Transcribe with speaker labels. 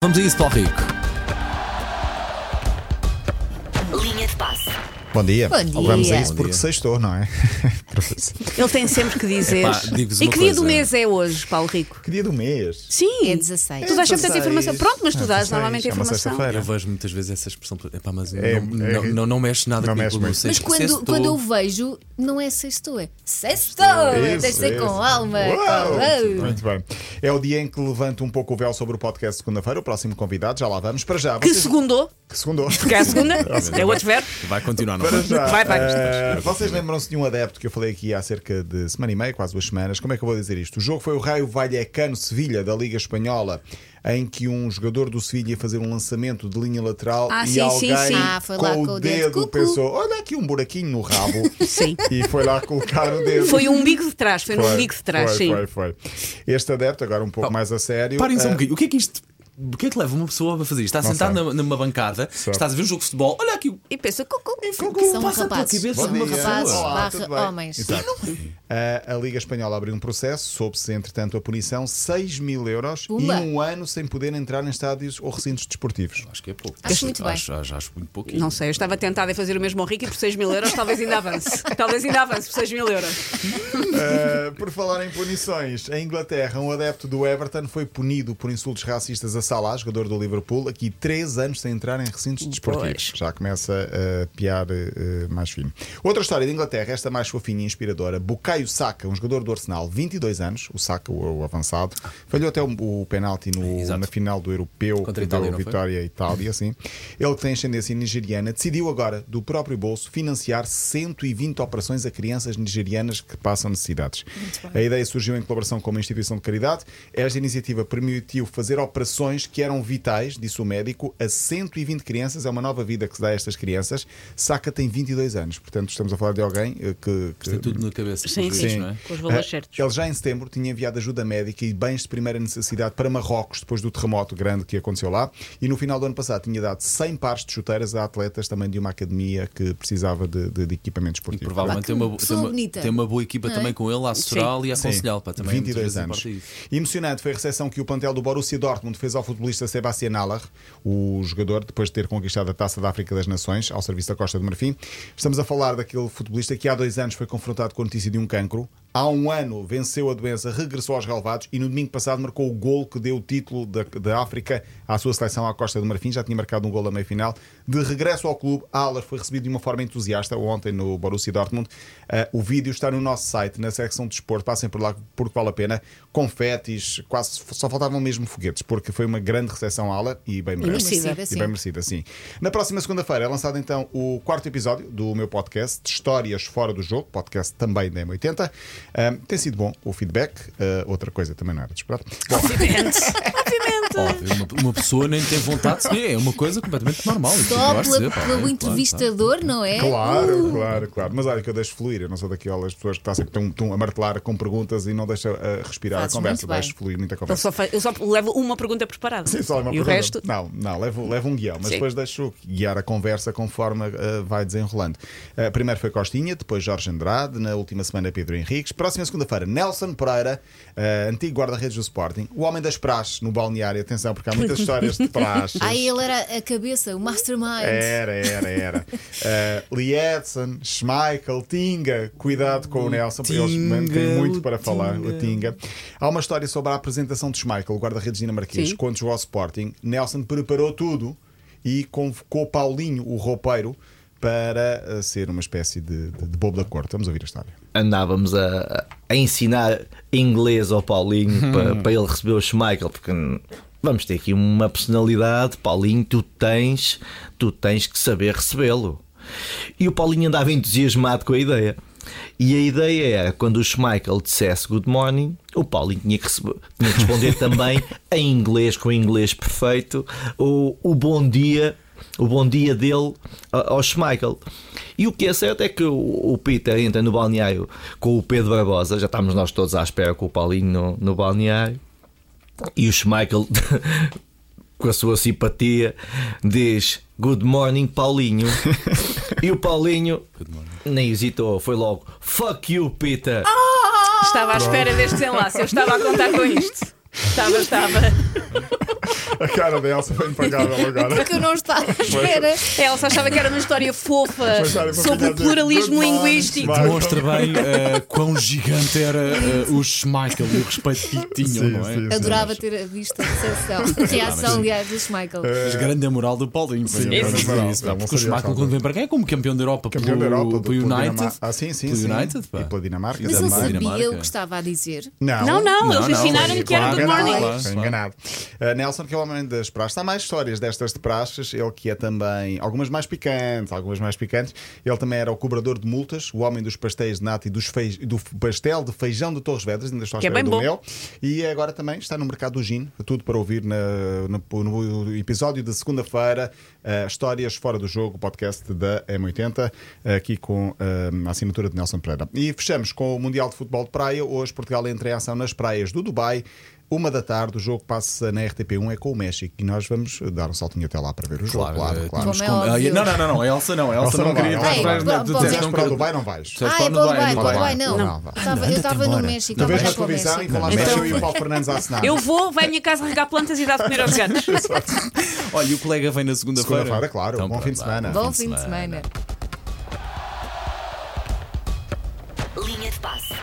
Speaker 1: Vamos a isso, Paulo Rico.
Speaker 2: Linha de passe.
Speaker 3: Bom dia.
Speaker 4: Bom dia.
Speaker 3: Vamos a
Speaker 4: Bom
Speaker 3: isso porque
Speaker 1: dia.
Speaker 3: sextou, não é?
Speaker 5: Ele tem sempre que dizer.
Speaker 1: Epá, digo-vos
Speaker 5: e
Speaker 1: uma
Speaker 5: que dia do
Speaker 1: coisa.
Speaker 5: mês é hoje, Paulo Rico?
Speaker 3: que dia do mês?
Speaker 5: Sim.
Speaker 4: É 16.
Speaker 5: Tu dás sempre essa
Speaker 3: 16.
Speaker 5: informação. Pronto, mas tu dás
Speaker 3: Seis,
Speaker 5: normalmente a
Speaker 3: é uma
Speaker 5: informação.
Speaker 1: Eu
Speaker 3: sexta-feira.
Speaker 1: vejo muitas vezes essa expressão. Epá, mas
Speaker 3: É,
Speaker 1: não,
Speaker 3: é-
Speaker 1: não, não, não mexe nada
Speaker 3: não
Speaker 1: comigo.
Speaker 3: mexe
Speaker 1: não
Speaker 3: muito.
Speaker 1: sei. é
Speaker 4: Mas quando,
Speaker 1: Sextou.
Speaker 4: quando eu vejo, não é sexto, é sexto!
Speaker 5: Oh,
Speaker 3: Isso, é
Speaker 4: Deixei
Speaker 3: isso.
Speaker 4: com alma!
Speaker 3: Uau!
Speaker 5: então,
Speaker 4: com- Uau!
Speaker 3: Muito bem. É o dia em que levanto um pouco o véu sobre o podcast de segunda-feira. O próximo convidado, já lá vamos. Para já.
Speaker 5: Que
Speaker 3: vocês-
Speaker 5: segundou,
Speaker 3: Que segundou.
Speaker 5: que é a segunda, é outro verbo.
Speaker 1: Vai continuar, não
Speaker 3: Para
Speaker 1: vai?
Speaker 3: já.
Speaker 5: Vai, vai.
Speaker 3: Eh, vocês lembram-se de um adepto que eu falei aqui há cerca de semana e meia, quase duas semanas. Como é que eu vou dizer isto? O jogo foi o Raio Vallecano-Sevilha da Liga Espanhola, em que um jogador do Sevilha ia fazer um lançamento de linha lateral
Speaker 5: Ah,
Speaker 3: e
Speaker 5: sim,
Speaker 3: alguém
Speaker 5: sim, sim.
Speaker 4: Ah, foi
Speaker 3: com,
Speaker 4: lá
Speaker 3: o dedo,
Speaker 4: Cucu.
Speaker 3: pensou, olha aqui um buraquinho no rabo
Speaker 5: Sim.
Speaker 3: e foi lá colocar o dedo.
Speaker 5: Foi um umbigo de trás, foi, no
Speaker 3: Foi,
Speaker 5: umbigo de trás,
Speaker 3: foi,
Speaker 5: sim.
Speaker 3: Foi, foi. Este adepto, agora um pouco mais a sério.
Speaker 1: Parem só um
Speaker 3: eh,
Speaker 1: bocadinho. O que é que isto. O que é que leva uma pessoa a fazer isto? Está sentado
Speaker 3: sei.
Speaker 1: na- numa bancada, estás a ver um jogo de futebol, olha aqui.
Speaker 5: E pensa, cucu.
Speaker 1: O que é que
Speaker 4: São um
Speaker 1: passa pela
Speaker 4: rapazes.
Speaker 1: cabeça
Speaker 4: São
Speaker 1: de uma
Speaker 3: dia.
Speaker 4: rapazes
Speaker 1: pessoa?
Speaker 3: Olá, tudo bem? é?
Speaker 4: barra homens.
Speaker 3: Exato. Eh, A, a Liga Espanhola abriu um processo, soube-se, entretanto, a punição 6 mil euros e
Speaker 4: Pumba.
Speaker 3: um ano sem poder entrar em estádios ou recintos desportivos.
Speaker 1: Acho que é pouco.
Speaker 4: Acho muito bem.
Speaker 1: Acho, acho- acho muito pouquinho.
Speaker 5: Não sei, eu estava tentada a fazer o mesmo ao Rico e por 6 mil euros talvez ainda avance. talvez ainda avance por 6 mil euros.
Speaker 3: Uh, por falar em punições, em Inglaterra, um adepto do Everton foi punido por insultos racistas a Salah, jogador do Liverpool, aqui três anos sem entrar em recintos desportivos. Já começa a piar uh, mais fino. Outra história de Inglaterra, esta mais fofinha e inspiradora. Bukayo Saka, um jogador do Arsenal, 22 anos, o Saka, o, o avançado, falhou até o, o penalti no-
Speaker 1: Exato.
Speaker 3: na final do Europeu,
Speaker 1: Contra a
Speaker 3: que deu
Speaker 1: Itália, não foi?
Speaker 3: vitória à Itália, sim. Ele que tem ascendência nigeriana, decidiu agora, do próprio bolso, financiar 120 operações a crianças nigerianas que passam necessidades. A ideia surgiu em colaboração com uma instituição de caridade. Esta iniciativa permitiu fazer operações que eram vitais, disse o médico, a 120 crianças. É uma nova vida que se dá a estas crianças. Saca tem 22 anos, portanto, estamos a falar de alguém eh, que. que-
Speaker 1: Tem tudo na cabeça.
Speaker 5: Sim,
Speaker 1: os
Speaker 5: sim.
Speaker 1: juízes, Não é?
Speaker 5: Com os valores
Speaker 3: eh,
Speaker 5: certos.
Speaker 3: Ele já em setembro tinha enviado ajuda médica e bens de primeira necessidade para Marrocos, depois do terremoto grande que aconteceu lá. E no final do ano passado tinha dado 100 pares de chuteiras a atletas também de uma academia que precisava de, de, de equipamento
Speaker 1: E
Speaker 3: esportivo.
Speaker 1: provavelmente tem uma, bo- tem,
Speaker 4: pessoa
Speaker 1: uma,
Speaker 4: bonita.
Speaker 1: tem uma boa equipa
Speaker 4: Não é?
Speaker 1: também com ele, a assessorá-lo e a
Speaker 3: Sim,
Speaker 1: aconselhá-lo. pá, Também é
Speaker 3: 22
Speaker 1: muitas vezes
Speaker 3: anos.
Speaker 1: importa isso.
Speaker 3: Emocionante foi a recepção que o plantel do Borussia Dortmund fez ao futebolista Sebastian Haller, o jogador, depois de ter conquistado a Taça da África das Nações, ao serviço da Costa do Marfim. Estamos a falar daquele futebolista que há dois anos foi confrontado com a notícia de um cancro. Há um ano venceu a doença, regressou aos relevados e no domingo passado marcou o gol que deu o título da, da África à sua seleção à Costa do Marfim. Já tinha marcado um gol na meia-final. De regresso ao clube, Haller foi recebido de uma forma entusiasta ontem no Borussia Dortmund. Ah, o vídeo está no nosso site, na secção de desporto. Passem por lá porque vale a pena. Confetes, quase só faltavam mesmo foguetes, porque foi uma grande recepção a Haller e bem merece.
Speaker 4: merecida,
Speaker 3: E
Speaker 4: sim.
Speaker 3: bem merecida, sim. Na próxima segunda-feira é lançado então o quarto episódio do meu podcast de Histórias Fora do Jogo, podcast também da M80. Ah, tem sido bom o feedback. Ah, outra coisa também não era de esperar. Bom,
Speaker 1: Óbvio, uma, uma pessoa nem tem vontade de ser. É uma coisa completamente normal. isso eu
Speaker 4: Só
Speaker 1: gosto de
Speaker 4: pela-
Speaker 1: dizer, pá, é,
Speaker 4: pelo
Speaker 1: claro, tá.
Speaker 4: entrevistador, não é?
Speaker 3: Claro, claro, claro. Mas olha que eu deixo fluir. Eu não sou daquelas pessoas que está sempre tão, tão a martelar com perguntas e não deixa uh, respirar
Speaker 4: Fazes
Speaker 3: a conversa.
Speaker 4: muito bem.
Speaker 3: Deixo fluir muita
Speaker 5: Eu
Speaker 3: conversa.
Speaker 5: Então só, fa- eu só levo uma pergunta preparada.
Speaker 3: Sim, só uma
Speaker 5: e o
Speaker 3: pergunta.
Speaker 5: resto.
Speaker 3: Não, não, levo, levo um guião, mas
Speaker 5: Sim.
Speaker 3: depois deixo guiar a conversa conforme uh, vai desenrolando. Uh, primeiro foi Costinha, depois Jorge Andrade, na última semana Pedro Henriques. Próxima segunda-feira, Nelson Pereira, uh, antigo guarda-redes do Sporting, o homem das praxes no balneário. Atenção, porque há muitas histórias de praxes.
Speaker 4: Aí ele era a cabeça, o mastermind.
Speaker 3: Era, era, era. Uh, Liedson, Schmeichel, Tinga, cuidado com o Nelson, porque eles
Speaker 1: Tinga,
Speaker 3: têm muito
Speaker 1: o
Speaker 3: para falar.
Speaker 1: Tinga.
Speaker 3: O Tinga. Há uma história sobre a apresentação de Schmeichel, o guarda-redes dinamarquês,
Speaker 5: Sim.
Speaker 3: quando jogou ao Sporting. Nelson preparou tudo e convocou Paulinho, o roupeiro, para uh, ser uma espécie de, de, de bobo da corte. Vamos ouvir a história.
Speaker 6: andávamos a, a ensinar inglês ao Paulinho para, para ele receber o Schmeichel, porque hum, vamos ter aqui uma personalidade, Paulinho, tu tens, tu tens que saber recebê-lo. E o Paulinho andava entusiasmado com a ideia. E a ideia era, quando o Schmeichel dissesse good morning, o Paulinho tinha que, receber- tinha que responder também em inglês, com o inglês perfeito, o, o bom dia o bom dia dele a- ao Schmeichel. E o que é certo é que o- o Peter entra no balneário com o Pedro Barbosa, já estamos nós todos à espera com o Paulinho no, no balneário, e o Schmeichel, com a sua simpatia, diz: Good morning, Paulinho. e o Paulinho nem hesitou, foi logo: Fuck you, Peter.
Speaker 5: Estava à espera deste desenlace, eu estava a contar com isto. Estava, estava.
Speaker 3: A cara da Elsa foi impagável agora.
Speaker 4: Porque eu não estava à espera.
Speaker 5: A Elsa É, achava que era uma história fofa
Speaker 3: história fofa,
Speaker 5: sobre
Speaker 3: quer
Speaker 5: o
Speaker 3: dizer,
Speaker 5: pluralismo
Speaker 3: good morning.
Speaker 5: linguístico.
Speaker 3: Vai.
Speaker 1: Demonstra bem eh, quão gigante era eh, o Schmeichel e o respeito que tinham,
Speaker 3: Sim,
Speaker 1: não é?
Speaker 3: sim, sim.
Speaker 4: Adorava ter visto a recepção. A reação, aliás, do Schmeichel.
Speaker 3: É.
Speaker 1: Mas grande a moral do Paulinho. foi
Speaker 3: Sim,
Speaker 1: um grande
Speaker 3: sim,
Speaker 1: moral,
Speaker 3: sim, sim.
Speaker 1: pá, Porque o
Speaker 3: Seria
Speaker 1: Schmeichel,
Speaker 3: saudável.
Speaker 1: quando vem para cá, é como campeão da Europa
Speaker 3: Campeão da Europa,
Speaker 1: pelo pelo
Speaker 3: pelo
Speaker 1: United.
Speaker 3: Dinamar- Ah, sim, sim,
Speaker 1: Pelo
Speaker 3: sim.
Speaker 1: United, pá.
Speaker 3: E pela Dinamarca
Speaker 1: E
Speaker 4: Mas assim, ele
Speaker 3: também.
Speaker 4: sabia o
Speaker 1: Dinamarca.
Speaker 4: que estava a dizer.
Speaker 5: Não, não,
Speaker 1: Não, não,
Speaker 5: eles ensinaram-me
Speaker 1: foi-
Speaker 5: um que era
Speaker 1: claro,
Speaker 5: Good
Speaker 1: claro,
Speaker 5: Morning.
Speaker 1: claro.
Speaker 3: Estou enganado. Uh, Nelson, que é o homem das praxes, há mais histórias destas de praxes. Ele que é também, algumas mais picantes, algumas mais picantes. Ele também era o cobrador de multas, o homem dos pastéis de nata e dos fei- do pastel de feijão de Torres Vedras, ainda estou à
Speaker 5: Que é
Speaker 3: espera
Speaker 5: bem
Speaker 3: do
Speaker 5: bom.
Speaker 3: meu. E agora também está no mercado do gin. Tudo para ouvir na, no, no episódio de segunda-feira. uh, histórias fora do jogo, podcast da M80, aqui com uh, a assinatura de Nelson Pereira. E fechamos com o Mundial de Futebol de Praia. Hoje Portugal entra em ação nas praias do Dubai. Uma da tarde, o jogo passa na RTP1, é com o México. E nós vamos dar um saltinho até lá para ver o jogo. Claro, claro.
Speaker 4: Como é
Speaker 1: Com-
Speaker 4: óbvio.
Speaker 1: Ah, e- Não, não, não, não, a Elsa não. A Elsa,
Speaker 3: Elsa
Speaker 1: não
Speaker 3: não vai,
Speaker 1: queria
Speaker 3: Elsa
Speaker 1: para
Speaker 3: não
Speaker 1: trás.
Speaker 4: vai.
Speaker 1: não, tu
Speaker 4: Ei, bom,
Speaker 1: disseste não
Speaker 3: Queres
Speaker 4: bom,
Speaker 3: para o
Speaker 1: quero-
Speaker 3: Dubai? Não vais.
Speaker 1: disseste
Speaker 4: Ah,
Speaker 1: para
Speaker 4: é
Speaker 1: o Dubai,
Speaker 4: Dubai,
Speaker 1: Dubai.
Speaker 4: Dubai, não.
Speaker 3: Não, não, vá.
Speaker 4: Estava- Eu estava no México.
Speaker 3: Tu vês na
Speaker 4: estava para o
Speaker 3: televisão e
Speaker 4: México.
Speaker 3: falamos
Speaker 5: Então-
Speaker 3: eu e o Paulo Fernandes a assinar.
Speaker 5: Eu vou, vai à minha casa regar plantas e dar de comer aos gatos.
Speaker 1: Olha, e o colega vem na segunda-feira. Então,
Speaker 3: Segunda-feira, claro. um Bom
Speaker 1: pronto,
Speaker 3: fim de
Speaker 1: vá.
Speaker 3: semana.
Speaker 4: Bom fim de semana.
Speaker 2: Linha de passe.